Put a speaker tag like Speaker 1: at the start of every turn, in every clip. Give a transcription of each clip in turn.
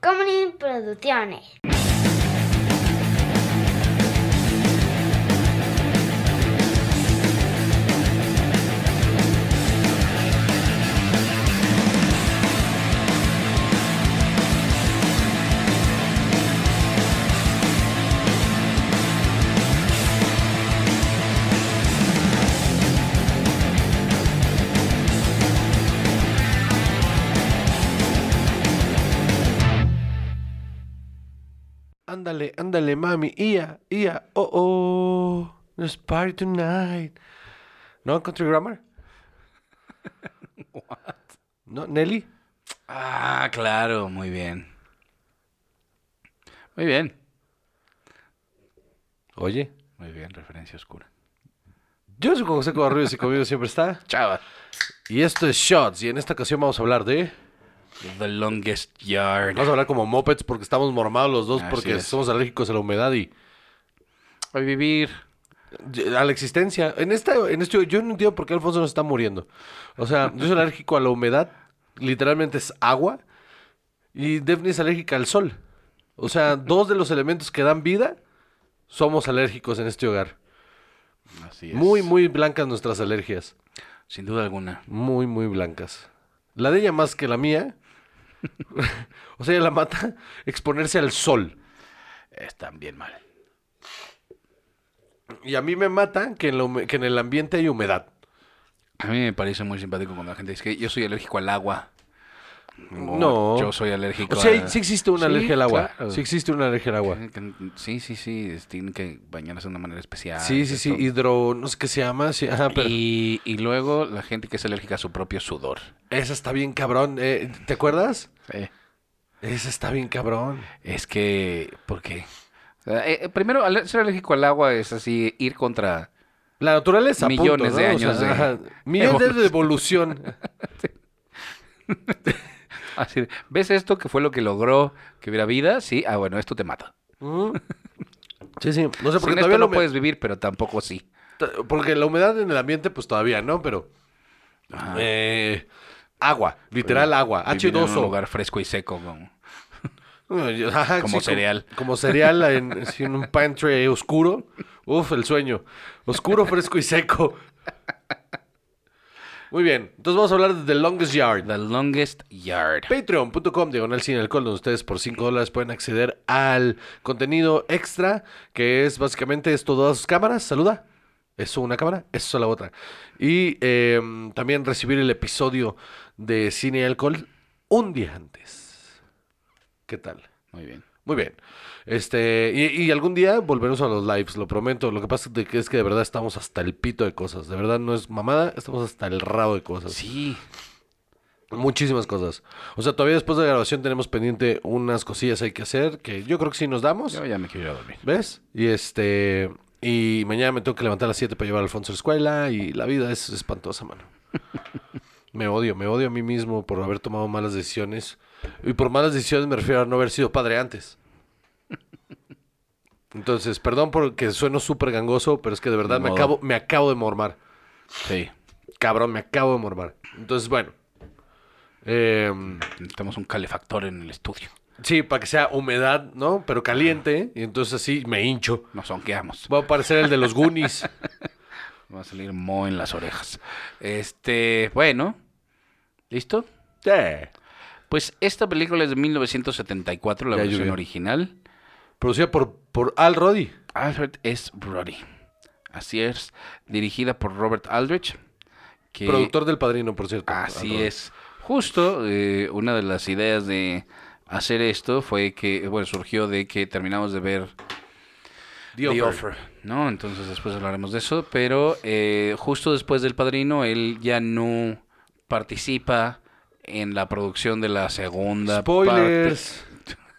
Speaker 1: Comedy Producciones.
Speaker 2: Ándale, ándale, mami. Ia, ia, oh, oh. Let's party tonight. ¿No? ¿Country Grammar? ¿No? ¿Nelly?
Speaker 3: Ah, claro, muy bien. Muy bien.
Speaker 2: Oye.
Speaker 3: Muy bien, referencia oscura.
Speaker 2: Yo soy Juan José Covarrubias y conmigo siempre está.
Speaker 3: Chava.
Speaker 2: Y esto es Shots. Y en esta ocasión vamos a hablar de...
Speaker 3: The longest yard.
Speaker 2: Vamos a hablar como mopeds porque estamos mormados los dos
Speaker 3: Así
Speaker 2: porque
Speaker 3: es.
Speaker 2: somos alérgicos a la humedad y...
Speaker 3: A vivir.
Speaker 2: A la existencia. En esta, en este, yo no entiendo por qué Alfonso no está muriendo. O sea, yo soy alérgico a la humedad. Literalmente es agua. Y Daphne es alérgica al sol. O sea, dos de los elementos que dan vida somos alérgicos en este hogar.
Speaker 3: Así es.
Speaker 2: Muy, muy blancas nuestras alergias.
Speaker 3: Sin duda alguna.
Speaker 2: Muy, muy blancas. La de ella más que la mía. o sea, ella la mata exponerse al sol.
Speaker 3: Están bien mal.
Speaker 2: Y a mí me mata que en, la hume- que en el ambiente hay humedad.
Speaker 3: A mí me parece muy simpático cuando la gente dice que yo soy alérgico al agua. O
Speaker 2: No.
Speaker 3: Yo soy alérgico
Speaker 2: O sea, hay-
Speaker 3: a-
Speaker 2: sí existe una
Speaker 3: Sí,
Speaker 2: alergia al agua.
Speaker 3: claro.
Speaker 2: Sí existe una alergia al agua.
Speaker 3: Tienen que- Sí, sí, sí. es- Tienen que bañarse de una manera especial.
Speaker 2: Sí, sí, sí.
Speaker 3: esto.
Speaker 2: Hidro... No sé qué se llama. sí, ajá, pero
Speaker 3: Y, y luego la gente que es alérgica a su propio sudor.
Speaker 2: Esa está bien cabrón. eh, ¿Te acuerdas?
Speaker 3: Eh,
Speaker 2: Esa está bien cabrón.
Speaker 3: Es que, ¿por qué? O sea, eh, eh, primero, al- ser alérgico al agua es así, ir contra...
Speaker 2: La naturaleza. punto,
Speaker 3: Millones de
Speaker 2: ¿no?
Speaker 3: años de
Speaker 2: ajá, Millones de evolución.
Speaker 3: Así, de, ¿Ves esto que fue lo que logró que hubiera vida? Sí, ah, bueno, esto te mata.
Speaker 2: Mm. Sí, sí. No sé por qué
Speaker 3: Sin
Speaker 2: todavía
Speaker 3: esto no
Speaker 2: la hume-
Speaker 3: puedes vivir, pero tampoco sí.
Speaker 2: t- Porque la humedad en el ambiente, pues todavía, ¿no? Pero. eh, agua. Literal agua.
Speaker 3: Vivir En un
Speaker 2: H2O.
Speaker 3: lugar fresco y seco. como-
Speaker 2: Ajá,
Speaker 3: Como
Speaker 2: ah, sí,
Speaker 3: cereal.
Speaker 2: Como, cereal en, sí, en un pantry oscuro. Uf, el sueño. Oscuro, fresco y seco. Muy bien, entonces vamos a hablar de The Longest Yard.
Speaker 3: The longest yard.
Speaker 2: Patreon.com, diagonal sin alcohol, donde ustedes por 5 dólares pueden acceder al contenido extra, que es básicamente esto, todas sus cámaras. Saluda. Eso una cámara, eso la otra. Y eh, también recibir el episodio de Cine y Alcohol un día antes. ¿Qué tal?
Speaker 3: Muy bien.
Speaker 2: Muy bien. Este, y, y algún día volveremos a los lives, lo prometo. Lo que pasa de que es que de verdad estamos hasta el pito de cosas. De verdad no es mamada, estamos hasta el rabo de cosas.
Speaker 3: Sí.
Speaker 2: Muchísimas cosas. O sea, todavía después de la grabación tenemos pendiente unas cosillas hay que hacer que yo creo que sí nos damos.
Speaker 3: Yo ya me quiero ir a dormir.
Speaker 2: ¿Ves? Y este. Y mañana me tengo que levantar a las 7 para llevar a Alfonso a la escuela. Y la vida es espantosa, mano. Me odio, me odio a mí mismo por haber tomado malas decisiones. Y por malas decisiones me refiero a no haber sido padre antes. Entonces, perdón porque sueno súper gangoso, pero es que de verdad
Speaker 3: Ni
Speaker 2: me
Speaker 3: modo.
Speaker 2: acabo, me acabo de mormar.
Speaker 3: Sí.
Speaker 2: Cabrón, me acabo de mormar. Entonces, bueno. Em,
Speaker 3: Necesitamos un calefactor en el estudio.
Speaker 2: sí, para que sea humedad, ¿no? Pero caliente. Y entonces así me hincho.
Speaker 3: Nos sonqueamos.
Speaker 2: Va a parecer el de los Goonies.
Speaker 3: Va a salir mo en las orejas. Este, bueno. ¿Listo?
Speaker 2: Sí.
Speaker 3: Pues esta película es de 1974, la
Speaker 2: Ya
Speaker 3: versión
Speaker 2: llovió.
Speaker 3: original.
Speaker 2: Producida por, por Al Roddy.
Speaker 3: Alfred S. Brody. Así es. Dirigida por Robert Aldrich. Que
Speaker 2: Productor del Padrino, por cierto. Al
Speaker 3: Así
Speaker 2: Roddy.
Speaker 3: es. Justo eh, una de las ideas de hacer esto fue que, bueno, surgió de que terminamos de ver
Speaker 2: The, Offer.
Speaker 3: ¿no? Entonces después hablaremos de eso, pero eh, justo después del Padrino, él ya no participa en la producción de la segunda
Speaker 2: Spoilers.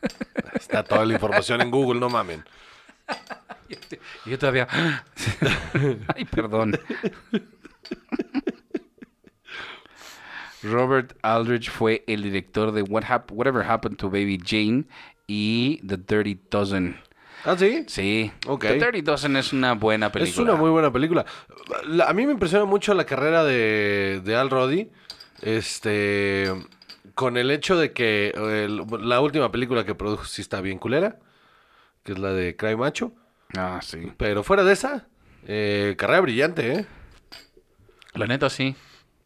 Speaker 2: Está toda la información en Google, no mamen.
Speaker 3: parte. Yo todavía... ¡Ah! Ay, perdón. Robert Aldrich fue el director de What Hap- Whatever Happened to Baby Jane y The Dirty Dozen.
Speaker 2: ¿Ah, sí?
Speaker 3: Sí.
Speaker 2: Ok.
Speaker 3: The Dirty Dozen es una buena película.
Speaker 2: Es una muy buena película. La- a mí me impresiona mucho la carrera de, de Al Roddy. Este. con el hecho de que el- la última película que produjo sí está bien culera, que es la de Cry Macho.
Speaker 3: Ah, sí.
Speaker 2: Pero fuera de esa, eh, carrera brillante, ¿eh?
Speaker 3: La neta, sí.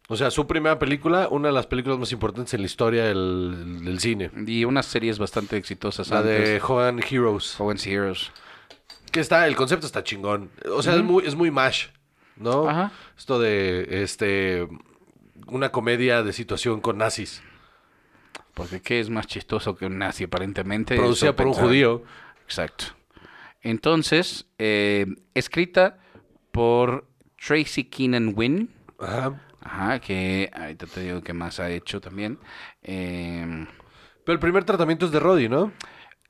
Speaker 2: O sea, su primera película, una de las películas más importantes en la historia del, del cine.
Speaker 3: Y unas series bastante exitosas
Speaker 2: La
Speaker 3: antes.
Speaker 2: de Joven Heroes.
Speaker 3: Owens Heroes.
Speaker 2: Que está, el concepto está chingón. O sea, es muy, es muy mash, ¿no?
Speaker 3: Ajá.
Speaker 2: Esto de este una comedia de situación con nazis.
Speaker 3: Porque qué es más chistoso que un nazi, aparentemente.
Speaker 2: producida
Speaker 3: Eso
Speaker 2: por un
Speaker 3: pensaba.
Speaker 2: judío.
Speaker 3: Exacto. Entonces, eh, escrita por Tracy Keenan Wynn.
Speaker 2: Ajá.
Speaker 3: Ajá, que ahorita te digo que más ha hecho también. Eh,
Speaker 2: Pero el primer tratamiento es de Roddy, ¿no?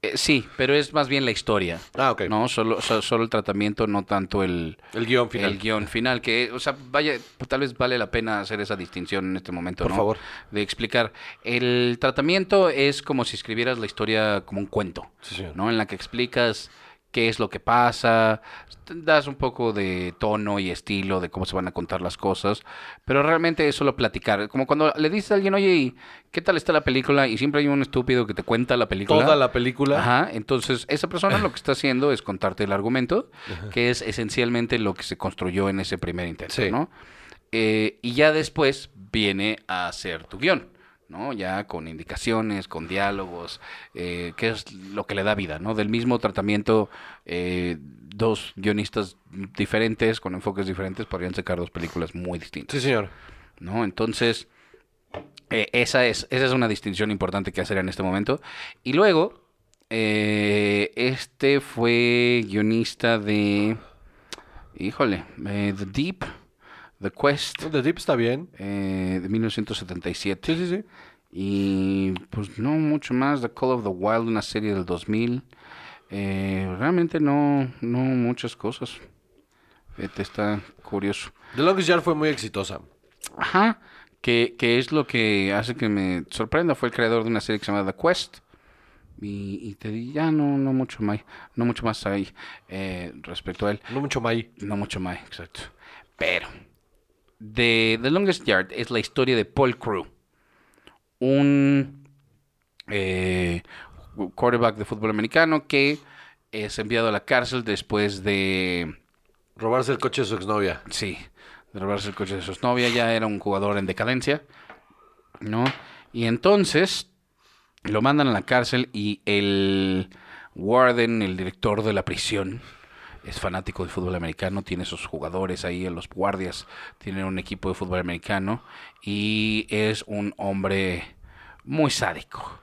Speaker 3: eh, sí, pero es más bien la historia.
Speaker 2: Ah, ok.
Speaker 3: No, solo, so- solo el tratamiento, no tanto el,
Speaker 2: El guión final.
Speaker 3: el guión final. Que, o sea, vaya, tal vez vale la pena hacer esa distinción en este momento.
Speaker 2: Por
Speaker 3: ¿no?
Speaker 2: favor.
Speaker 3: De explicar. El tratamiento es como si escribieras la historia como un cuento.
Speaker 2: Sí, señor.
Speaker 3: ¿no? En la que explicas qué es lo que pasa, das un poco de tono y estilo de cómo se van a contar las cosas, pero realmente es solo platicar. Como cuando le dices a alguien, oye, ¿y ¿qué tal está la película? Y siempre hay un estúpido que te cuenta la película.
Speaker 2: Toda la película.
Speaker 3: Ajá, entonces esa persona lo que está haciendo es contarte el argumento, que es esencialmente lo que se construyó en ese primer intento,
Speaker 2: Sí.
Speaker 3: ¿no? Eh, y ya después viene a hacer tu guión, ¿no? Ya con indicaciones, con diálogos, eh, que es lo que le da vida, ¿no? Del mismo tratamiento, eh, dos guionistas diferentes, con enfoques diferentes, podrían sacar dos películas muy distintas,
Speaker 2: Sí, señor.
Speaker 3: ¿no? Entonces, eh, esa, es, esa es una distinción importante que hacer en este momento. Y luego, eh, este fue guionista de, híjole, eh, The Deep, The Quest,
Speaker 2: The Deep está bien.
Speaker 3: eh, de
Speaker 2: Sí,
Speaker 3: 1977.
Speaker 2: sí, sí.
Speaker 3: Y pues no mucho más, The Call of the Wild, una serie del 2000. Eh, realmente no, no muchas cosas. Este está curioso.
Speaker 2: The Longest Yard fue muy exitosa.
Speaker 3: Ajá. Que, que es lo que hace que me sorprenda. Fue el creador de una serie que se llama The Quest. Y, y te di, ya no, no mucho más. No mucho más ahí eh, respecto a él.
Speaker 2: No mucho más.
Speaker 3: No mucho más, exacto. Pero, de The Longest Yard es la historia de Paul Crew. Un eh, quarterback de fútbol americano que es enviado a la cárcel después de
Speaker 2: Robarse el coche de su exnovia.
Speaker 3: Sí, de robarse el coche de sus novias, ya era un jugador en decadencia, ¿no? Y entonces lo mandan a la cárcel y el warden, el director de la prisión, es fanático del fútbol americano, tiene sus jugadores ahí, los guardias tienen un equipo de fútbol americano y es un hombre muy sádico.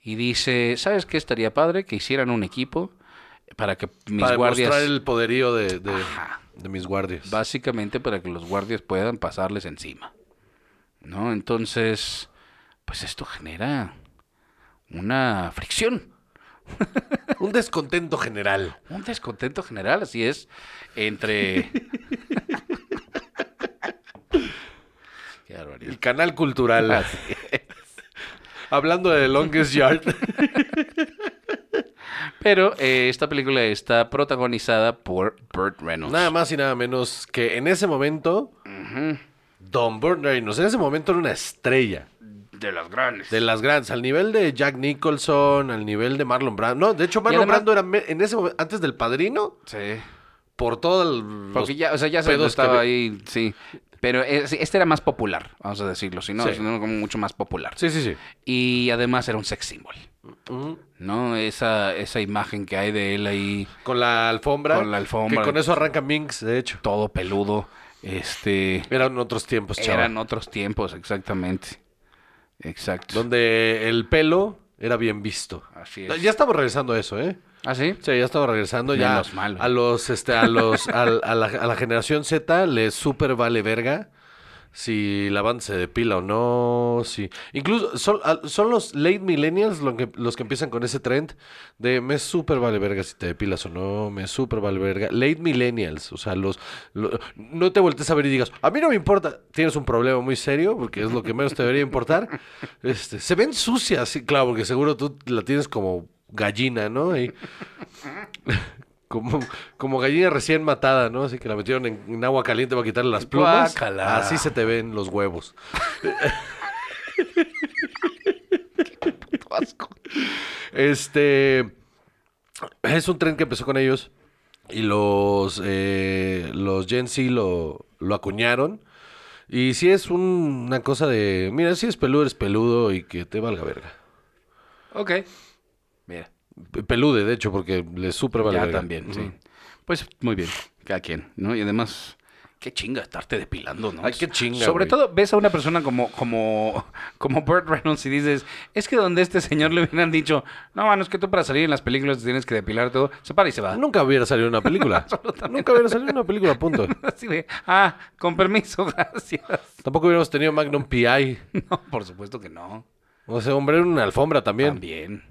Speaker 3: Y dice, ¿sabes qué estaría padre? Que hicieran un equipo para que mis
Speaker 2: para
Speaker 3: guardias...
Speaker 2: mostrar el poderío de, de,
Speaker 3: Ajá.
Speaker 2: de mis guardias.
Speaker 3: Básicamente para que los guardias puedan pasarles encima. ¿No? Entonces, pues esto genera una fricción,
Speaker 2: Un descontento general.
Speaker 3: un descontento general, así es, entre... Qué barbaridad.
Speaker 2: El canal cultural.
Speaker 3: Así es.
Speaker 2: Hablando de The Longest Yard.
Speaker 3: Pero eh, esta película está protagonizada por Burt Reynolds.
Speaker 2: Nada más y nada menos que en ese momento, Don Burt Reynolds, en ese momento era una estrella
Speaker 3: De las grandes.
Speaker 2: de las grandes, al nivel de Jack Nicholson, al nivel de Marlon Brando. No, de hecho, Marlon
Speaker 3: además-
Speaker 2: Brando era me- en ese momento, antes del padrino,
Speaker 3: Sí.
Speaker 2: por todo el.
Speaker 3: Porque
Speaker 2: los-
Speaker 3: ya, o sea, ya se
Speaker 2: pedos que
Speaker 3: estaba
Speaker 2: ve-
Speaker 3: ahí, sí. Pero es- este era más popular, vamos a decirlo, si no,
Speaker 2: Sí.
Speaker 3: si no, como mucho más popular.
Speaker 2: Sí, sí, sí. Mm,
Speaker 3: Y además era un sex symbol,
Speaker 2: Ujú.
Speaker 3: ¿no? Esa, esa imagen que hay de él ahí,
Speaker 2: Con la alfombra.
Speaker 3: Con la alfombra.
Speaker 2: Que con eso arranca Minx, de hecho.
Speaker 3: todo peludo, este...
Speaker 2: Eran otros tiempos, chaval.
Speaker 3: Eran otros tiempos, exactamente. Exacto.
Speaker 2: Donde el pelo era bien visto.
Speaker 3: Así es.
Speaker 2: Ya estamos regresando a eso, ¿eh?
Speaker 3: ¿Ah, sí?
Speaker 2: Sí, ya estaba regresando. Ya
Speaker 3: Menos mal, güey.
Speaker 2: a los, este, a los, al- a, la, a la generación Z le súper vale verga si la banda se depila o no. Si... Incluso son, a- son los late millennials lo que- los que empiezan con ese trend de me súper vale verga si te depilas o no, me súper vale verga. Late millennials, o sea, los, lo- no te voltees a ver y digas, a mí no me importa, tienes un problema muy serio porque es lo que menos te debería importar. Este, se ven sucias, sí, claro, porque seguro tú la tienes como gallina, ¿no? Ahí. Como, como gallina recién matada, ¿no? Así que la metieron en, en agua caliente para quitarle las plumas.
Speaker 3: Guácala.
Speaker 2: Así se te ven los huevos.
Speaker 3: Tabasco.
Speaker 2: Este. Es un tren que empezó con ellos. Y los. eh, los Gen Z lo, lo acuñaron. Y sí es un- una cosa de. Mira, si es peludo, eres peludo y que te valga verga.
Speaker 3: Ok. Mira.
Speaker 2: Pe- Pelude, de hecho, porque le super vale
Speaker 3: ya
Speaker 2: verga.
Speaker 3: también, sí.
Speaker 2: Ujú.
Speaker 3: Pues muy bien, cada quien, ¿no? Y además, qué chinga estarte depilando, ¿no?
Speaker 2: Ay, qué chinga,
Speaker 3: Sobre
Speaker 2: güey.
Speaker 3: todo ves a una persona como, como, como Burt Reynolds y dices, es que donde este señor le hubieran dicho, no, mano, es que tú para salir en las películas te tienes que depilar todo, se para y se va.
Speaker 2: Nunca hubiera salido una película. Nunca hubiera salido una película, punto.
Speaker 3: Así de, ah, con permiso, gracias.
Speaker 2: Tampoco hubiéramos tenido Magnum PI.
Speaker 3: No, por supuesto que no.
Speaker 2: O sea, hombre, era una alfombra también.
Speaker 3: También.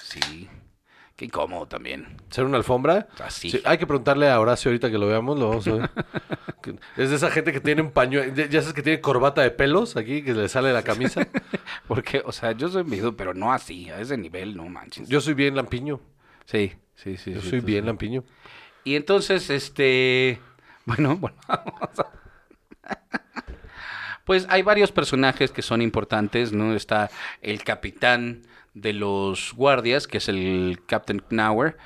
Speaker 3: Sí. Qué incómodo también.
Speaker 2: ¿Ser una alfombra?
Speaker 3: Así.
Speaker 2: Sí, hay que preguntarle a Horacio ahorita que lo veamos, lo vamos a ver. Que- es de esa gente que tiene un pañuelo, ya, ya sabes que tiene corbata de pelos aquí, que le sale la camisa.
Speaker 3: Porque, o sea, yo soy envidioso, pero no así, a ese nivel, no manches.
Speaker 2: Yo soy bien lampiño,
Speaker 3: sí, sí, sí.
Speaker 2: yo
Speaker 3: sí,
Speaker 2: soy
Speaker 3: tú-
Speaker 2: bien lampiño.
Speaker 3: Y entonces, este. Bueno, bueno. vamos a- Pues hay varios personajes que son importantes, ¿no? Está el capitán de los guardias, que es el Captain Knauer,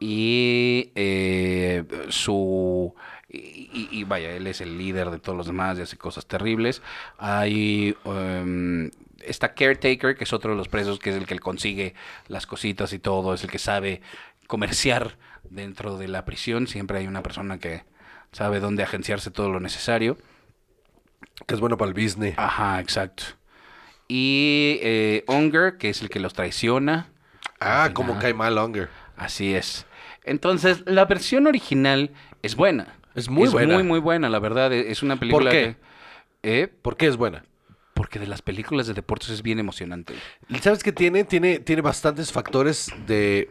Speaker 3: y eh, su... Y, y- y vaya, él es el líder de todos los demás y hace cosas terribles. Hay... em, está Caretaker, que es otro de los presos, que es el que consigue las cositas y todo, es el que sabe comerciar dentro de la prisión. Siempre hay una persona que sabe dónde agenciarse todo lo necesario.
Speaker 2: Que es bueno para el business.
Speaker 3: Ajá, exacto. Y eh, Unger, que es el que los traiciona.
Speaker 2: Ah, como cae mal Hunger.
Speaker 3: Así es. Entonces, la versión original es buena.
Speaker 2: Es muy buena.
Speaker 3: muy, muy buena, la verdad. E- Es una película
Speaker 2: qué?
Speaker 3: que- ¿Eh?
Speaker 2: ¿Por qué es buena?
Speaker 3: Porque de las películas de deportes es bien emocionante.
Speaker 2: ¿Sabes qué tiene? Tiene, tiene bastantes factores de...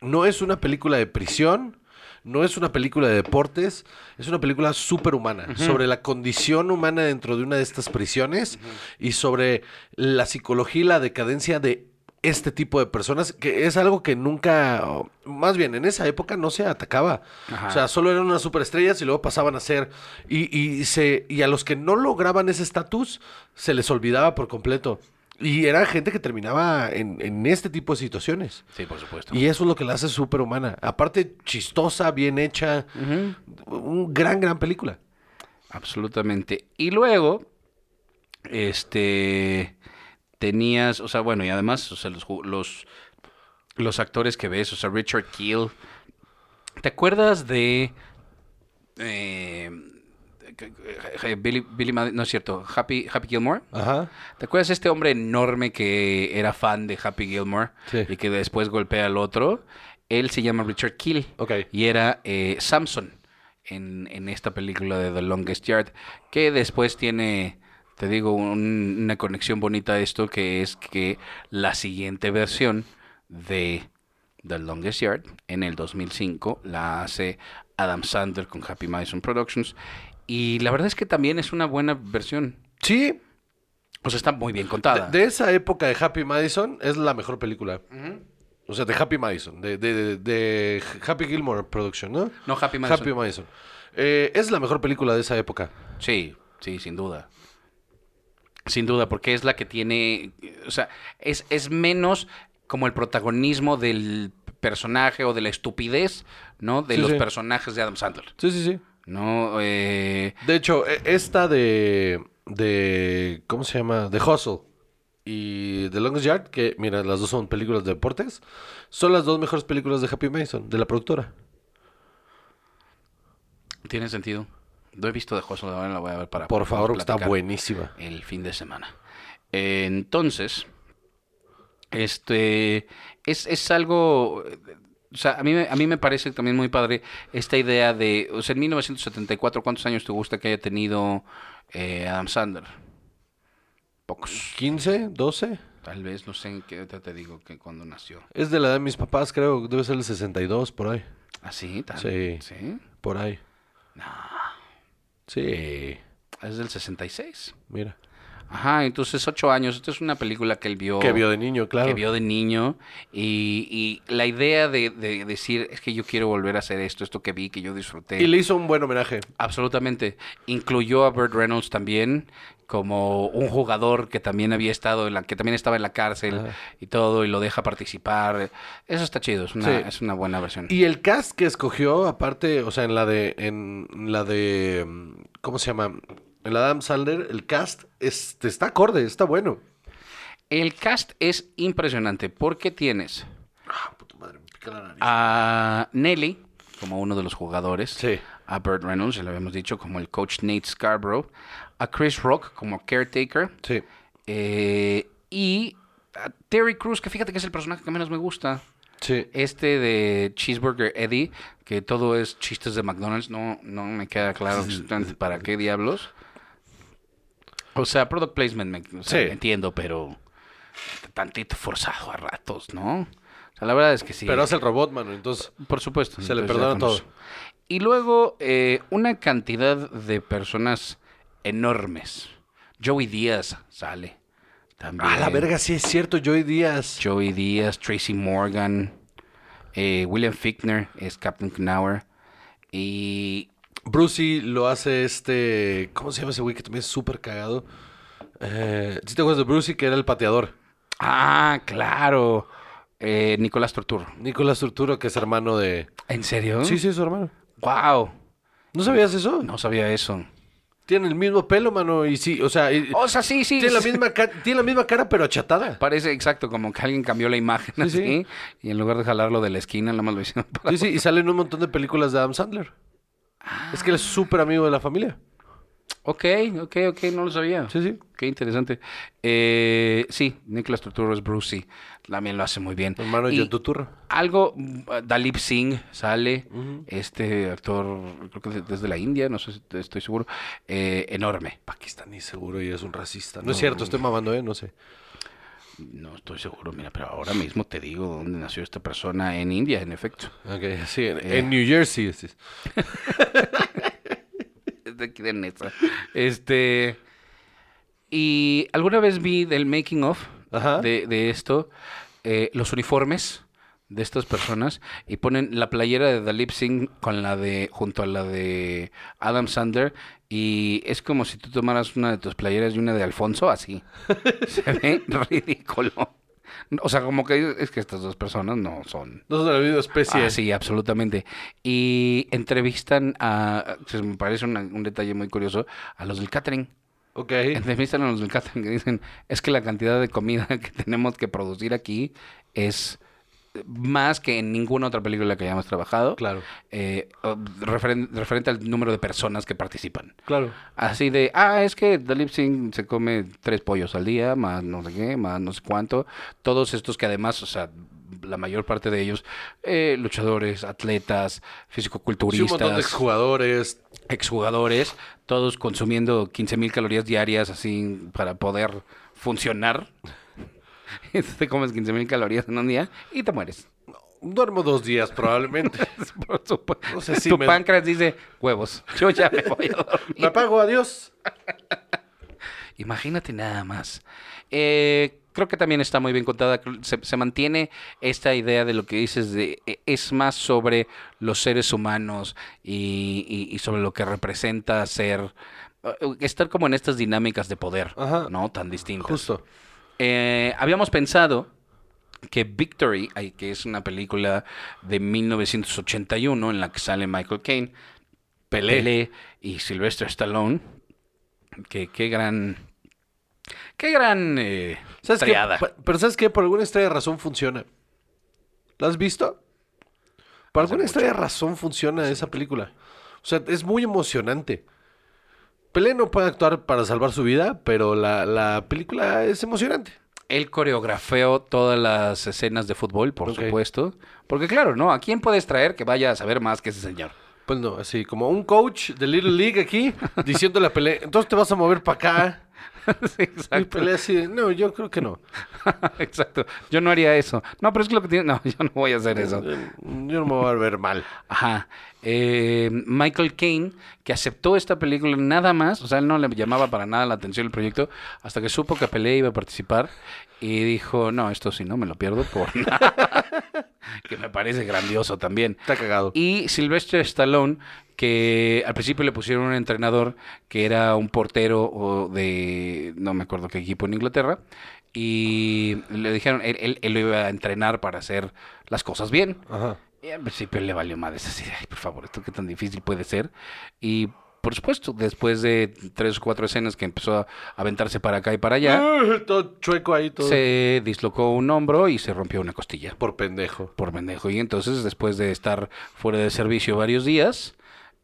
Speaker 2: No es una película de prisión, no es una película de deportes, es una película superhumana, sobre la condición humana dentro de una de estas prisiones y sobre la psicología y la decadencia de este tipo de personas, que es algo que nunca, o, más bien en esa época no se atacaba.
Speaker 3: Ajá.
Speaker 2: O sea, solo eran unas superestrellas y luego pasaban a ser. Y, y se, y a los que no lograban ese estatus, se les olvidaba por completo. Y era gente que terminaba en, en este tipo de situaciones.
Speaker 3: Sí, por supuesto.
Speaker 2: Y eso es lo que la hace superhumana. Aparte, chistosa, bien hecha. Un gran, gran película.
Speaker 3: Absolutamente. Y luego, este, tenías, o sea, bueno, y además, o sea, los, ju- los, los actores que ves, o sea, Richard Keel. ¿Te acuerdas de... eh, que- que- Billy, Billy Mad- no es cierto, Happy, Happy Gilmore?
Speaker 2: Ajá.
Speaker 3: ¿Te acuerdas de este hombre enorme que era fan de Happy Gilmore
Speaker 2: Sí.
Speaker 3: y que después golpea al otro? Él se llama Richard Keel
Speaker 2: Ok.
Speaker 3: y era eh, Samson en, en esta película de The Longest Yard, que después tiene, te digo, un- una conexión bonita a esto, que es que la siguiente versión de The Longest Yard en el 2005 la hace Adam Sandler con Happy Madison Productions y la verdad es que también es una buena versión.
Speaker 2: Sí,
Speaker 3: O sea, está muy bien
Speaker 2: de,
Speaker 3: contada.
Speaker 2: de esa época de Happy Madison es la mejor película. O sea, de Happy Madison, de, de- de- de Happy Gilmore Production, ¿no?
Speaker 3: No, Happy Madison.
Speaker 2: Happy Madison. Eh, es la mejor película de esa época.
Speaker 3: Sí, sí, sin duda. Sin duda, porque es la que tiene, o sea, es, es menos como el protagonismo del personaje o de la estupidez, ¿no? De
Speaker 2: Sí,
Speaker 3: los
Speaker 2: sí.
Speaker 3: personajes de Adam Sandler,
Speaker 2: Sí, sí, sí.
Speaker 3: ¿no? Eh,
Speaker 2: De hecho, e- esta de, de. ¿Cómo se llama? De Hustle y The Longest Yard, que mira, las dos son películas de deportes, son las dos mejores películas de Happy Madison, de la productora.
Speaker 3: tiene sentido. No he visto de Hustle, ahora la voy a ver para...
Speaker 2: Por favor, está
Speaker 3: platicar
Speaker 2: buenísima.
Speaker 3: El fin de semana. Eh, entonces, este, es, es algo, eh, o sea, a mí, me- a mí me parece también muy padre esta idea de, o sea, en 1974, ¿cuántos años te gusta que haya tenido eh, Adam Sandler? Pocos,
Speaker 2: ¿15? ¿12?
Speaker 3: tal vez, no sé en qué ahorita te digo que cuando nació.
Speaker 2: Es de la edad de mis papás, creo. Debe ser el 62, por ahí.
Speaker 3: ¿Así? tal
Speaker 2: Sí.
Speaker 3: ¿Ah, ¿Sí?
Speaker 2: Por ahí.
Speaker 3: No,
Speaker 2: Sí.
Speaker 3: es del 66.
Speaker 2: Mira.
Speaker 3: Ajá, entonces ocho años. Esta es una película que él vio.
Speaker 2: Que vio de niño, claro.
Speaker 3: Oh. que vio de niño y, y la idea de, de decir es que yo quiero volver a hacer esto, esto que vi, que yo disfruté.
Speaker 2: Y le hizo un buen homenaje.
Speaker 3: Absolutamente. Incluyó a Burt Reynolds también como un jugador que también había estado en la que también estaba en la cárcel
Speaker 2: Ajá.
Speaker 3: y todo y lo deja participar. Eso está chido, es una,
Speaker 2: Sí.
Speaker 3: es una buena versión.
Speaker 2: Y el cast que escogió, aparte, o sea, en la de. En la de. mm, ¿Cómo se llama? En la de Adam Sandler, el cast este, está acorde, está bueno.
Speaker 3: El cast es impresionante porque tienes
Speaker 2: Ah, puta madre, me pica la nariz.
Speaker 3: a Nelly como uno de los jugadores.
Speaker 2: Sí.
Speaker 3: a Burt Reynolds, ya lo habíamos dicho, como el coach Nate Scarborough, a Chris Rock como caretaker
Speaker 2: Sí.
Speaker 3: eh, y a Terry Crews, que fíjate que es el personaje que menos me gusta.
Speaker 2: Sí.
Speaker 3: Este de Cheeseburger Eddie, que todo es chistes de McDonald's, no, no me queda claro exactamente para qué diablos. O sea, product placement, me, o sea,
Speaker 2: Sí.
Speaker 3: entiendo, pero tantito forzado a ratos, ¿no? O sea, la verdad es que sí.
Speaker 2: Pero hace el robot, mano, entonces.
Speaker 3: Por supuesto.
Speaker 2: Se le
Speaker 3: entonces,
Speaker 2: perdona
Speaker 3: ya con
Speaker 2: todo.
Speaker 3: eso. Y luego, eh, una cantidad de personas enormes. Joey Díaz sale. También.
Speaker 2: Ah, la verga, sí es cierto, Joey Díaz.
Speaker 3: Joey Díaz, Tracy Morgan, eh, William Fickner es Captain Knauer. Y
Speaker 2: Brucey lo hace este. ¿Cómo se llama ese güey que también es súper cagado? Eh, ¿Sí te acuerdas de Brucey que era el pateador?
Speaker 3: Ah, claro. Eh, Nicolás Torturo.
Speaker 2: Nicolás Turturo, que es hermano de.
Speaker 3: ¿En serio?
Speaker 2: Sí, sí, es su hermano.
Speaker 3: Wow.
Speaker 2: ¿No sabías eso?
Speaker 3: No sabía eso.
Speaker 2: Tiene el mismo pelo, mano, y sí, o sea. y-
Speaker 3: O sea, sí, sí.
Speaker 2: tiene, la misma ca- tiene la misma cara, pero achatada.
Speaker 3: Parece exacto, como que alguien cambió la imagen
Speaker 2: Sí,
Speaker 3: así.
Speaker 2: sí.
Speaker 3: Y en lugar de jalarlo de la esquina, nada más lo hicieron para-
Speaker 2: Sí, sí, y sale en un montón de películas de Adam Sandler. Es que él es súper amigo de la familia.
Speaker 3: Ok, ok, ok, no lo sabía.
Speaker 2: Sí, sí.
Speaker 3: Qué interesante. Eh, sí, Nicolas Turturro es Brucey. También lo hace muy bien.
Speaker 2: Hermano
Speaker 3: Y
Speaker 2: de John Turturro.
Speaker 3: Algo, mm, Dalip Singh sale,
Speaker 2: Ujú.
Speaker 3: este actor, creo que de- desde la India, no sé si estoy seguro, eh, enorme.
Speaker 2: Pakistaní, seguro, y es un racista. No, es cierto, estoy mamando, ¿eh? No sé.
Speaker 3: No estoy seguro, mira, pero ahora mismo te digo dónde nació esta persona, en India, en efecto.
Speaker 2: Ok, sí, en, en New Jersey. sí.
Speaker 3: Es de aquí de Nesa. Este. Y alguna vez vi del making of
Speaker 2: Ajá.
Speaker 3: de, de esto, eh, los uniformes de estas personas y ponen la playera de Dalip Singh con la de junto a la de Adam Sander y es como si tú tomaras una de tus playeras y una de Alfonso así se ve ridículo o sea como que es que estas dos personas no son
Speaker 2: No son de la misma especie.
Speaker 3: Ah, sí, absolutamente. Y entrevistan a, se me parece una- un detalle muy curioso, a los del catering.
Speaker 2: Ok.
Speaker 3: Entrevistan a los del catering que dicen, es que la cantidad de comida que tenemos que producir aquí es más que en ninguna otra película que hayamos trabajado.
Speaker 2: Claro,
Speaker 3: Eh, o- referen- referente al número de personas que participan.
Speaker 2: claro.
Speaker 3: Así de, ah, es que The Lip Sync se come tres pollos al día, más no sé qué, más no sé cuánto. Todos estos que además, o sea, la mayor parte de ellos, eh, luchadores,
Speaker 2: Sí,
Speaker 3: atletas,
Speaker 2: un montón de
Speaker 3: fisicoculturistas,
Speaker 2: exjugadores.
Speaker 3: exjugadores, todos consumiendo 15 mil calorías diarias así para poder funcionar. te comes 15 mil calorías en un día y te mueres.
Speaker 2: Duermo dos días, probablemente.
Speaker 3: Por supuesto.
Speaker 2: No sé si
Speaker 3: tu
Speaker 2: me-
Speaker 3: páncreas dice huevos. Yo ya me voy a dormir.
Speaker 2: Me apago, adiós.
Speaker 3: Imagínate nada más. Eh, creo que también está muy bien contada. Creo- Se, se mantiene esta idea de lo que dices de e- es más sobre los seres humanos y, y- y sobre lo que representa ser eh, estar como en estas dinámicas de poder,
Speaker 2: Ajá.
Speaker 3: ¿no? Tan distintas.
Speaker 2: Justo.
Speaker 3: Eh, habíamos pensado que Victory, ay, que es una película de 1981 en la que sale Michael Caine, Pelé, y Sylvester Stallone, que qué gran, qué gran eh,
Speaker 2: ¿Sabes qué? Pues,
Speaker 3: triada.
Speaker 2: Pa- Pero ¿sabes qué? Por alguna extraña razón funciona. ¿La has visto? Por alguna extraña razón funciona esa película. O sea, es muy emocionante. Pelé no puede actuar para salvar su vida, pero la, la película es emocionante.
Speaker 3: Él coreografió todas las escenas de fútbol, por
Speaker 2: Ok.
Speaker 3: supuesto, porque claro, no, ¿a quién puedes traer que vaya a saber más que ese señor?
Speaker 2: Pues no, así como un coach de Little League aquí diciéndole a Pelé, entonces te vas a mover para acá.
Speaker 3: Sí,
Speaker 2: Y
Speaker 3: exacto.
Speaker 2: pelea así de, no, yo creo que no.
Speaker 3: Exacto. Yo no haría eso. No, pero es que lo que tiene. No, yo no voy a hacer eso.
Speaker 2: Eh, Yo no me voy a ver mal.
Speaker 3: Ajá. Eh, Michael Caine, que aceptó esta película nada más, o sea, él no le llamaba para nada la atención el proyecto, hasta que supo que Pelé iba a participar y dijo, no, esto sí no me lo pierdo por nada. que me parece grandioso también.
Speaker 2: Está cagado.
Speaker 3: Y Sylvester Stallone, que al principio le pusieron un entrenador que era un portero o de no me acuerdo qué equipo en Inglaterra. Y le dijeron, él, él- él lo iba a entrenar para hacer las cosas bien.
Speaker 2: Ajá.
Speaker 3: Y al principio le valió madre. Así, de, ay, por favor, esto qué tan difícil puede ser. Y por supuesto, después de tres o cuatro escenas que empezó a aventarse para acá y para allá,
Speaker 2: Eh, Todo chueco ahí, todo.
Speaker 3: se dislocó un hombro y se rompió una costilla
Speaker 2: Por pendejo.
Speaker 3: por pendejo. Y entonces, después de estar fuera de servicio varios días,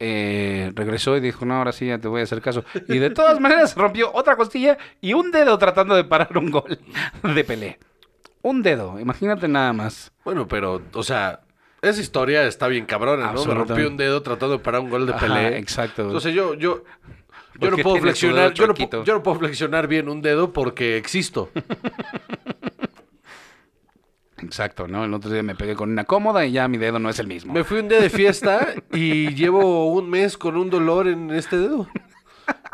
Speaker 3: eh, regresó y dijo, no, ahora sí ya te voy a hacer caso. Y de todas maneras se rompió otra costilla y un dedo tratando de parar un gol de Pelé. Un dedo, imagínate nada más.
Speaker 2: Bueno, pero, o sea, esa historia está bien cabrona, ¿no? Me
Speaker 3: Absolutamente.
Speaker 2: rompí un dedo tratando de parar un gol de
Speaker 3: Ajá,
Speaker 2: Pelé.
Speaker 3: exacto.
Speaker 2: Entonces yo, yo, yo
Speaker 3: ¿Por
Speaker 2: no
Speaker 3: qué
Speaker 2: puedo
Speaker 3: tienes tu dedo
Speaker 2: flexionar, yo no, pu-
Speaker 3: chuequito?
Speaker 2: yo no puedo flexionar bien un dedo porque existo.
Speaker 3: Exacto, ¿no? El otro día me pegué con una cómoda y ya mi dedo no es el mismo.
Speaker 2: Me fui un día de fiesta y llevo un mes con un dolor en este dedo.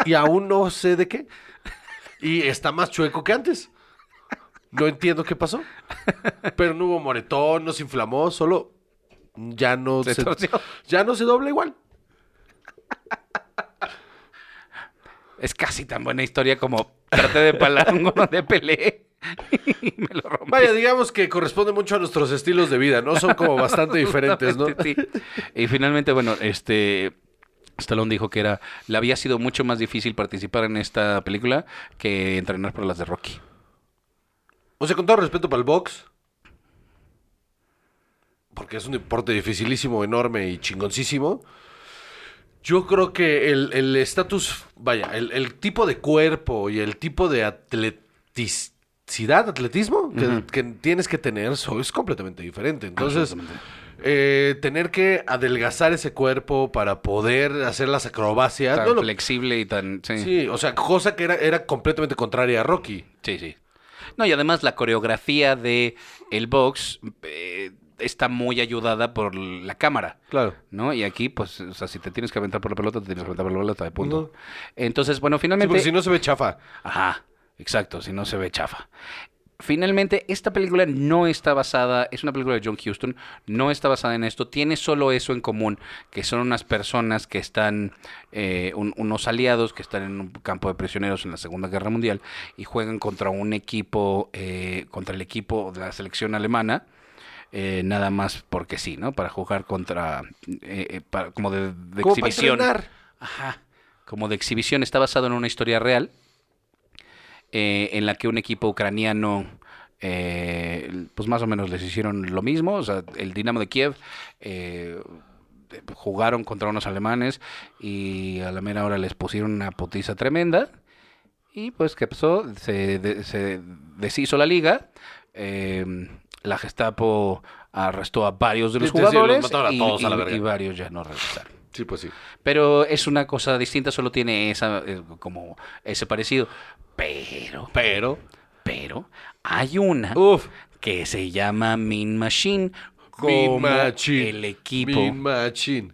Speaker 2: Y aún no sé de qué. Y está más chueco que antes. No entiendo qué pasó. Pero no hubo moretón, no se inflamó, solo ya no
Speaker 3: Se torció.
Speaker 2: ya no se dobla igual.
Speaker 3: Es casi tan buena historia como traté de parar un gol de Pelé y me lo rompí.
Speaker 2: Vaya, digamos que corresponde mucho a nuestros estilos de vida, ¿no? Son como bastante diferentes, ¿no?
Speaker 3: Exactamente, sí. Y finalmente, bueno, este. Stallone dijo que era, le había sido mucho más difícil participar en esta película que entrenar para las de Rocky.
Speaker 2: O sea, con todo respeto para el box, porque es un deporte dificilísimo, enorme y chingoncísimo, yo creo que el el estatus, vaya, el, el tipo de cuerpo y el tipo de atleticidad, atletismo que, que tienes que tener so- es completamente diferente. Entonces,
Speaker 3: Absolutamente.
Speaker 2: eh, tener que adelgazar ese cuerpo para poder hacer las acrobacias.
Speaker 3: Tan
Speaker 2: no lo-
Speaker 3: flexible y tan. Sí. sí,
Speaker 2: sí, o sea, cosa que era, era completamente contraria a Rocky.
Speaker 3: sí, No, y además la coreografía de el box eh, está muy ayudada por la cámara.
Speaker 2: Claro.
Speaker 3: ¿No? Y aquí, pues, o sea, si te tienes que aventar por la pelota, te tienes que aventar por la pelota, de
Speaker 2: No.
Speaker 3: punto. Entonces, bueno,
Speaker 2: Sí,
Speaker 3: finalmente.
Speaker 2: porque si no se ve chafa.
Speaker 3: Ajá, exacto, si no se ve chafa. Finalmente, esta película no está basada, es una película de John Huston, no está basada en esto, tiene solo eso en común, que son unas personas que están, eh, un- unos aliados que están en un campo de prisioneros en la Segunda Guerra Mundial y juegan contra un equipo, eh, contra el equipo de la selección alemana, eh, nada más porque sí, ¿no? Para jugar contra, eh, eh, para- como de, de
Speaker 2: Como para
Speaker 3: exhibición.
Speaker 2: entrenar.
Speaker 3: Ajá. Como de exhibición, está basado en una historia real eh, en la que un equipo ucraniano, eh, pues más o menos les hicieron lo mismo. O sea, el Dinamo de Kiev eh, de- jugaron contra unos alemanes y a la mera hora les pusieron una potiza tremenda. Y pues, ¿qué pasó? Se, de- se deshizo la liga. eh, la Gestapo arrestó a varios de los
Speaker 2: Es decir, los
Speaker 3: jugadores
Speaker 2: mataron a
Speaker 3: y-
Speaker 2: todos a la
Speaker 3: y-
Speaker 2: verga.
Speaker 3: y varios ya no regresaron.
Speaker 2: Sí, pues sí.
Speaker 3: Pero es una cosa distinta, solo tiene esa eh, como ese parecido. Pero,
Speaker 2: Pero. Oh.
Speaker 3: pero hay una
Speaker 2: Uf.
Speaker 3: que se llama Min Machine. Como
Speaker 2: Mean Machine.
Speaker 3: el equipo.
Speaker 2: Mean Machine.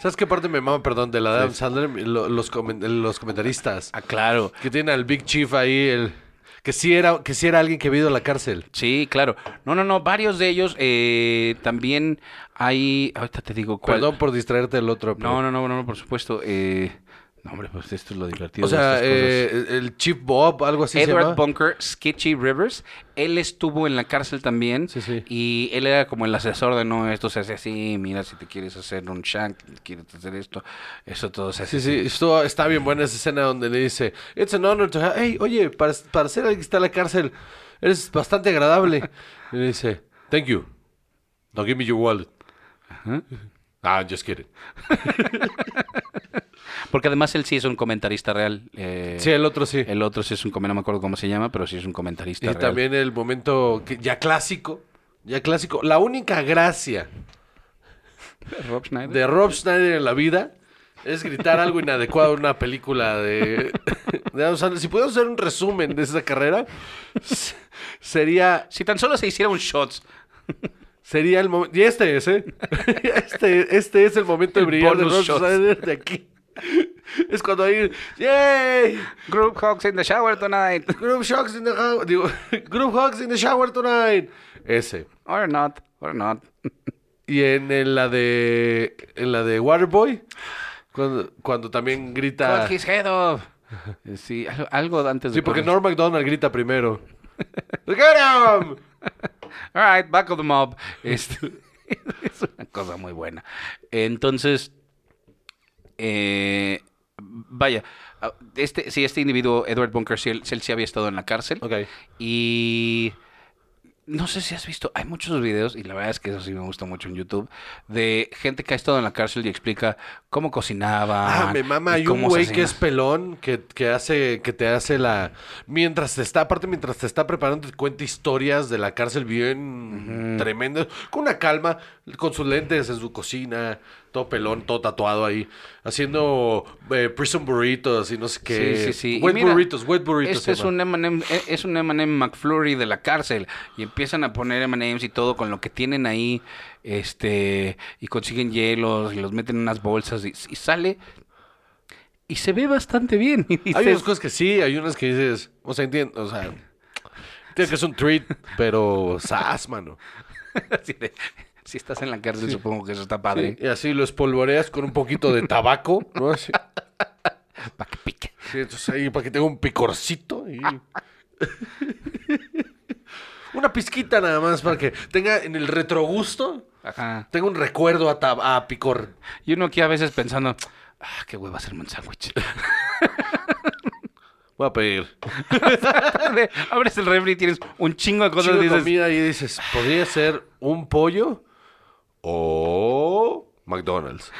Speaker 2: ¿Sabes qué parte me mama, perdón, de la de Adam Sandler? Lo- los, comen- los comentaristas.
Speaker 3: Ah, claro.
Speaker 2: Que tienen al Big Chief ahí, el. Que sí era, que sí era alguien que había ido a la cárcel.
Speaker 3: Sí, claro. No, no, no. Varios de ellos eh, también hay. Ahorita te digo cuál.
Speaker 2: Perdón por distraerte del otro. pero-
Speaker 3: No, no, no, no, por supuesto. eh, no, hombre, pues esto es lo divertido.
Speaker 2: O sea,
Speaker 3: de estas cosas.
Speaker 2: eh, el Chief Bob, algo así se
Speaker 3: Edward
Speaker 2: llama.
Speaker 3: Bunker, Sketchy Rivers, él estuvo en la cárcel también
Speaker 2: Sí, sí.
Speaker 3: y él era como el asesor de no, esto se hace así, mira si te quieres hacer un shank, quieres hacer esto, esto todo se hace
Speaker 2: Sí, sí, esto está bien buena esa escena donde le dice, It's an honor to have... Hey, oye, para, para ser alguien que está en la cárcel, eres bastante agradable. Y le dice, thank you. Now give me your wallet.
Speaker 3: ¿eh?
Speaker 2: Ah, just kidding.
Speaker 3: así. Porque además él sí es un comentarista real. eh,
Speaker 2: Sí, el otro sí.
Speaker 3: El otro sí es un, com- no me acuerdo cómo se llama, pero sí es un comentarista
Speaker 2: Y
Speaker 3: real.
Speaker 2: también el momento que ya clásico, ya clásico. La única gracia
Speaker 3: Rob Schneider.
Speaker 2: de Rob Schneider en la vida es gritar algo inadecuado en una película de, Ya, o sea, si pudiéramos hacer un resumen de esa carrera, s- sería,
Speaker 3: Si tan solo se hiciera un shots.
Speaker 2: sería el momento. Y este es, ¿eh? Este, este es el momento de
Speaker 3: El
Speaker 2: brillar de
Speaker 3: bonus
Speaker 2: Ross
Speaker 3: shot.
Speaker 2: Snyder de aquí. Es cuando hay. ¡Yay!
Speaker 3: Group Hawks in the shower tonight.
Speaker 2: Group Shocks in the house. Digo, Group Hawks in the shower tonight. Ese.
Speaker 3: Or not. Or not.
Speaker 2: Y en, el- la de. En la de Waterboy. Cuando, cuando también grita.
Speaker 3: Cut his head off. Sí, algo, algo antes de...
Speaker 2: Sí, porque
Speaker 3: correr.
Speaker 2: Norm MacDonald grita primero. ¡Look at him!
Speaker 3: All right, back of the mob. Este, es una cosa muy buena. Entonces, eh, vaya, ah, este, sí, este individuo, Edward Bunker, sí, él, él sí había estado en la cárcel.
Speaker 2: Ok.
Speaker 3: Y no sé si has visto, hay muchos videos, y la verdad es que eso sí me gusta mucho en YouTube, de gente que ha estado en la cárcel y explica cómo cocinaba.
Speaker 2: Ah, me mama, hay un güey que es pelón que, que hace, que te hace la. Mientras te está, aparte, mientras te está preparando, te cuenta historias de la cárcel bien tremendas, con una calma, con sus lentes en su cocina, todo pelón, todo tatuado ahí, haciendo eh, prison burritos y no sé qué.
Speaker 3: Sí, sí, sí. Y
Speaker 2: Wet
Speaker 3: mira,
Speaker 2: burritos, wet burritos.
Speaker 3: Este
Speaker 2: se
Speaker 3: es
Speaker 2: llama.
Speaker 3: un M&M, eh, es un M&M McFlurry de la cárcel y empiezan a poner M&M's y todo con lo que tienen ahí, este, y consiguen hielos y los meten en unas bolsas y, y sale y se ve bastante bien. Y
Speaker 2: Hay
Speaker 3: dices,
Speaker 2: unas cosas que sí, hay unas que dices, o sea, entiendo, o sea, entiendo que es un treat, pero sas, mano.
Speaker 3: así de, si estás en la cárcel supongo que eso está padre.
Speaker 2: Y así lo espolvoreas con un poquito de tabaco, ¿no? Así.
Speaker 3: Para que pique.
Speaker 2: Sí, entonces ahí para que tenga un picorcito. y- Una pizquita nada más para que tenga en el retrogusto,
Speaker 3: Ajá.
Speaker 2: tenga un recuerdo a, tab- a picor.
Speaker 3: Y uno aquí a veces pensando, ah, qué hueva hacerme un sándwich.
Speaker 2: Voy a pedir.
Speaker 3: De- Abres el refri y tienes un chingo de cosas
Speaker 2: Chingo
Speaker 3: y dices,
Speaker 2: comida y dices, podría ser un pollo o McDonald's.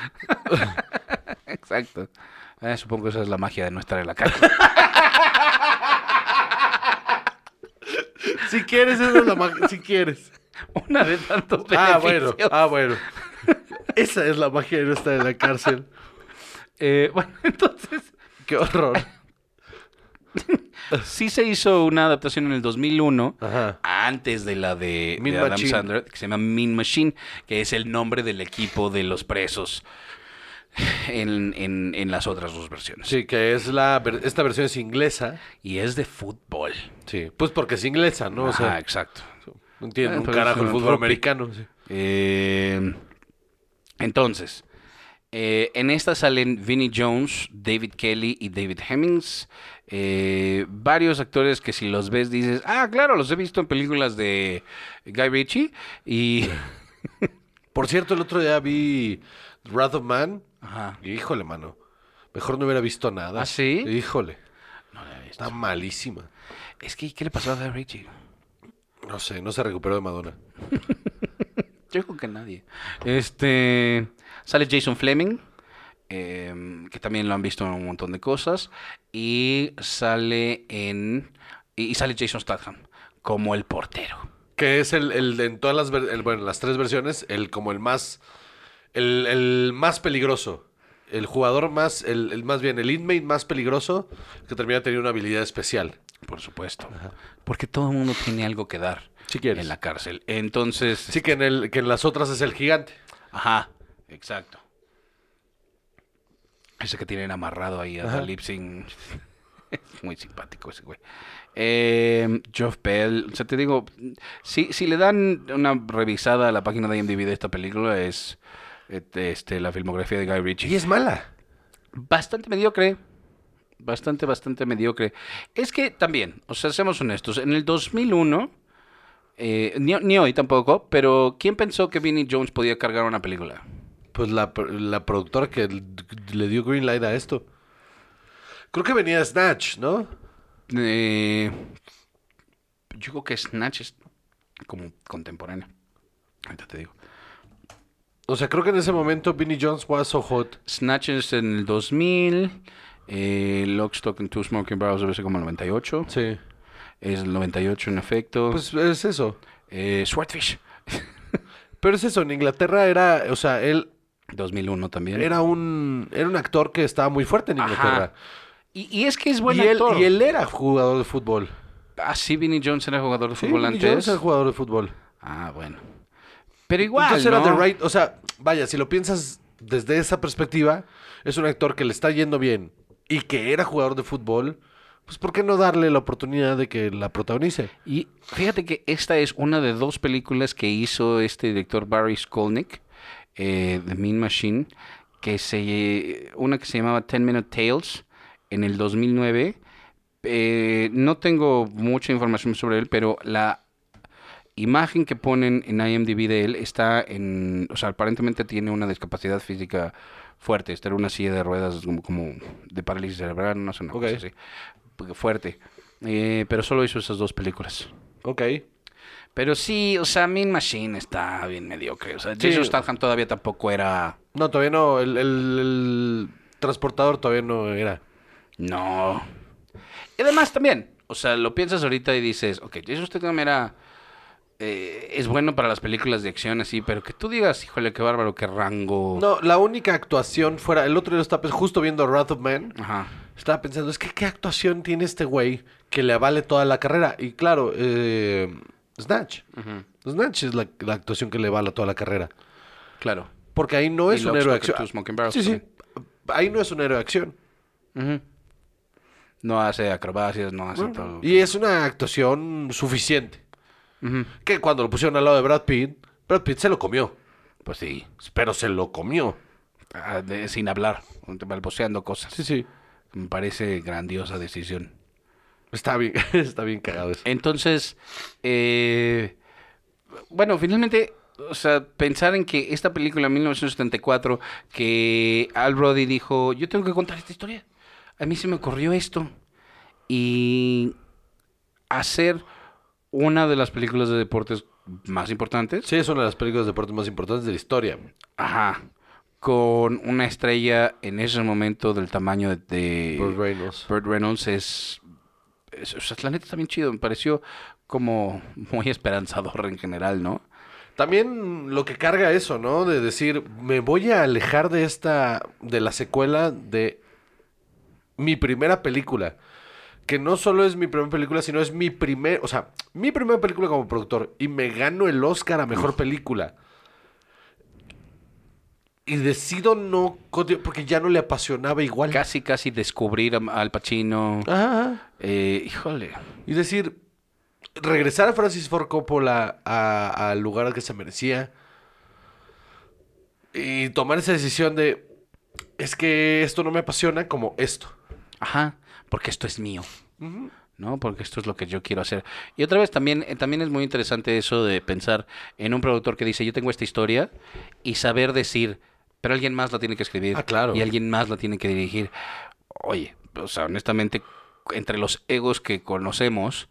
Speaker 3: Exacto. Eh, supongo que esa es la magia de no estar en la calle.
Speaker 2: Si quieres, esa es la magia. Si quieres.
Speaker 3: Una de tantos beneficios.
Speaker 2: Ah, bueno. Ah, bueno. Esa es la magia de no estar en la cárcel.
Speaker 3: Eh, bueno, entonces
Speaker 2: Qué horror. Ah.
Speaker 3: sí se hizo una adaptación en el 2001,
Speaker 2: Ajá.
Speaker 3: antes de la de,
Speaker 2: Mean
Speaker 3: de Adam
Speaker 2: Machine.
Speaker 3: Sandler, que se llama Mean Machine, que es el nombre del equipo de los presos en, en- en las otras dos versiones.
Speaker 2: Sí, que es la. ver- Esta versión es inglesa.
Speaker 3: Y es de fútbol.
Speaker 2: Sí, pues porque es inglesa, ¿no? O sea,
Speaker 3: Ah, exacto.
Speaker 2: no entiendo
Speaker 3: eh,
Speaker 2: un
Speaker 3: pero
Speaker 2: carajo
Speaker 3: es
Speaker 2: el
Speaker 3: un
Speaker 2: fútbol
Speaker 3: rugby.
Speaker 2: americano. sí.
Speaker 3: Eh, entonces, eh, en esta salen Vinnie Jones, David Kelly y David Hemmings. eh, varios actores que si los ves dices, ah, claro, los he visto en películas de Guy Ritchie. Y...
Speaker 2: Por cierto, el otro día vi Wrath of Man.
Speaker 3: Ajá.
Speaker 2: Y híjole, mano. Mejor no hubiera visto nada.
Speaker 3: ¿Ah, sí?
Speaker 2: Híjole.
Speaker 3: No la he visto.
Speaker 2: Está malísima.
Speaker 3: Es que, ¿qué le pasó a Guy Ritchie?
Speaker 2: No sé, no se recuperó de Madonna.
Speaker 3: Yo creo que nadie. Este. Sale Jason Fleming. eh, que también lo han visto en un montón de cosas. Y sale en. Y, y sale Jason Statham. Como el portero.
Speaker 2: Que es el, el de- en todas las, ver- el- bueno, las tres versiones, el como el más, el, el más peligroso. El jugador más, el, el más bien, el inmate más peligroso que termina teniendo una habilidad especial.
Speaker 3: Por supuesto. Porque todo el mundo tiene algo que dar.
Speaker 2: Si quieres.
Speaker 3: En la cárcel. Entonces.
Speaker 2: Sí que en, el, que en las otras es el gigante.
Speaker 3: Ajá. Exacto. Ese que tienen amarrado ahí a Lipsing. Es muy simpático ese güey. Eh, Geoff Bell, o sea, te digo, si, si le dan una revisada a la página de IMDb de esta película, es este, este, la filmografía de Guy Ritchie.
Speaker 2: Y es mala.
Speaker 3: bastante mediocre. Bastante, bastante mediocre. Es que también, o sea, seamos honestos, en el 2001, eh, ni, ni hoy tampoco, pero ¿quién pensó que Vinnie Jones podía cargar una película?
Speaker 2: Pues la, pr- la productora que l- le dio green light a esto. Creo que venía Snatch, ¿no?
Speaker 3: Eh, yo creo que Snatch es como contemporánea. Ahorita te digo.
Speaker 2: O sea, creo que en ese momento Vinnie Jones was so hot.
Speaker 3: Snatch es en el 2000. Eh, Lock, Stock and Two Smoking Barrels debe ser como el 98.
Speaker 2: Sí.
Speaker 3: Es el 98 en efecto.
Speaker 2: Pues es eso.
Speaker 3: Eh, Swordfish.
Speaker 2: Pero es eso, en Inglaterra era, o sea, él
Speaker 3: 2001 también.
Speaker 2: era un, era un actor que estaba muy fuerte en
Speaker 3: Ajá.
Speaker 2: Inglaterra.
Speaker 3: Y, y es que es buen
Speaker 2: y, él,
Speaker 3: actor.
Speaker 2: y él era jugador de fútbol.
Speaker 3: Ah, sí, Vinnie Jones era jugador de
Speaker 2: Sí,
Speaker 3: fútbol
Speaker 2: Vinnie
Speaker 3: antes.
Speaker 2: Jones era jugador de fútbol.
Speaker 3: Ah, bueno. Pero igual,
Speaker 2: Entonces era
Speaker 3: ¿no?
Speaker 2: The Right. O sea, vaya, si lo piensas desde esa perspectiva, es un actor que le está yendo bien y que era jugador de fútbol. Pues, ¿por qué no darle la oportunidad de que la protagonice?
Speaker 3: Y fíjate que esta es una de dos películas que hizo este director Barry Skolnick, eh, The Mean Machine, que se, una que se llamaba Ten Minute Tales en el 2009. Eh, no tengo mucha información sobre él, pero la imagen que ponen en IMDb de él está en, o sea, aparentemente tiene una discapacidad física fuerte, está en una silla de ruedas como, como de parálisis cerebral, no sé, una
Speaker 2: Ok.
Speaker 3: cosa así, porque fuerte. Eh, pero solo hizo esas dos películas.
Speaker 2: Ok.
Speaker 3: Pero sí, o sea, Mean Machine está bien mediocre. O sea,
Speaker 2: Sí.
Speaker 3: Jason Statham todavía tampoco era.
Speaker 2: No, todavía no. El, el- el transportador todavía no era.
Speaker 3: No. Y además también, o sea, lo piensas ahorita y dices, ok, Jason Statham era. eh, es bueno para las películas de acción así, pero que tú digas, híjole, qué bárbaro, qué rango.
Speaker 2: No, la única actuación fuera. El otro día estaba pe- justo viendo Wrath of Man.
Speaker 3: Ajá.
Speaker 2: Estaba pensando, es que qué actuación tiene este güey que le avale toda la carrera. Y claro, eh, Snatch. Snatch es la, la actuación que le avala toda la carrera.
Speaker 3: Claro.
Speaker 2: Porque ahí no
Speaker 3: Y
Speaker 2: es un
Speaker 3: Lock,
Speaker 2: héroe de
Speaker 3: Stock and
Speaker 2: acción.
Speaker 3: Two Smoking Barrels
Speaker 2: sí, sí. Ahí no es un héroe de acción.
Speaker 3: Ujú. No hace acrobacias, no hace todo.
Speaker 2: Y es una actuación suficiente.
Speaker 3: Ujú.
Speaker 2: Que cuando lo pusieron al lado de Brad Pitt, Brad Pitt se lo comió.
Speaker 3: Pues sí.
Speaker 2: Pero se lo comió.
Speaker 3: Ah, de- sin hablar, balbuceando cosas.
Speaker 2: Sí, sí.
Speaker 3: Me parece grandiosa decisión.
Speaker 2: Está bien, está bien cagado eso.
Speaker 3: Entonces, eh, bueno, finalmente, o sea, pensar en que esta película 1974, que Al Brody dijo, yo tengo que contar esta historia, a mí se me ocurrió esto, y hacer una de las películas de deportes más importantes,
Speaker 2: Sí, es una de las películas de deportes más importantes de la historia.
Speaker 3: ajá, con una estrella en ese momento del tamaño de... de-
Speaker 2: Burt Reynolds.
Speaker 3: Burt Reynolds es, es- o sea, la neta está bien chido, me pareció como muy esperanzador en general, ¿no?
Speaker 2: También lo que carga eso, ¿no? De decir, me voy a alejar de esta, de la secuela de mi primera película. Que no solo es mi primera película, sino es mi primer, o sea, mi primera película como productor. Y me gano el Oscar a Mejor Película. Y decido no, continu- porque ya no le apasionaba igual.
Speaker 3: Casi, casi descubrir a- al Pacino.
Speaker 2: Ajá.
Speaker 3: Eh, híjole.
Speaker 2: Y decir, regresar a Francis Ford Coppola a- al lugar al que se merecía. Y tomar esa decisión de, es que esto no me apasiona como esto.
Speaker 3: Ajá, porque esto es mío. ¿No? Porque esto es lo que yo quiero hacer. Y otra vez, también, eh, también es muy interesante eso de pensar en un productor que dice, yo tengo esta historia, y saber decir, pero alguien más la tiene que escribir.
Speaker 2: Ah, claro.
Speaker 3: Y alguien más la tiene que dirigir. Oye, o sea, honestamente, entre los egos que conocemos...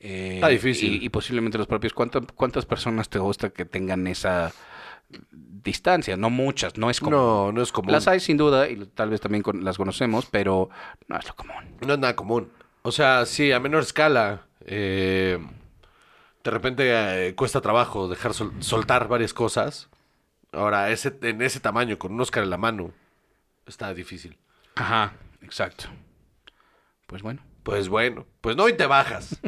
Speaker 3: eh,
Speaker 2: Está difícil.
Speaker 3: Y, y posiblemente los propios, ¿cuánta- ¿cuántas personas te gusta que tengan esa distancia? No muchas, no es común.
Speaker 2: No, no es común.
Speaker 3: Las hay sin duda, y tal vez también con- las conocemos, pero no es lo común.
Speaker 2: No es nada común. O sea, sí, a menor escala. eh, de repente eh, cuesta trabajo dejar sol- soltar varias cosas. Ahora, ese, en ese tamaño, con un Oscar en la mano, está difícil.
Speaker 3: Ajá, exacto. Pues bueno.
Speaker 2: Pues bueno, pues no y te bajas.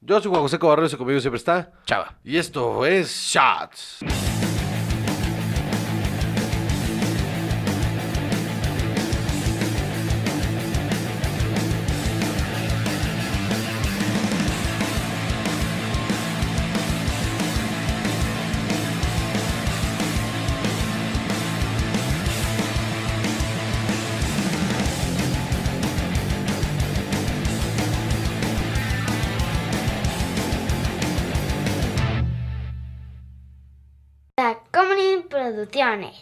Speaker 2: Yo soy Juan José Cobarroso, conmigo siempre está.
Speaker 3: Chava.
Speaker 2: Y esto es Shots.
Speaker 1: Tacomunin Producciones.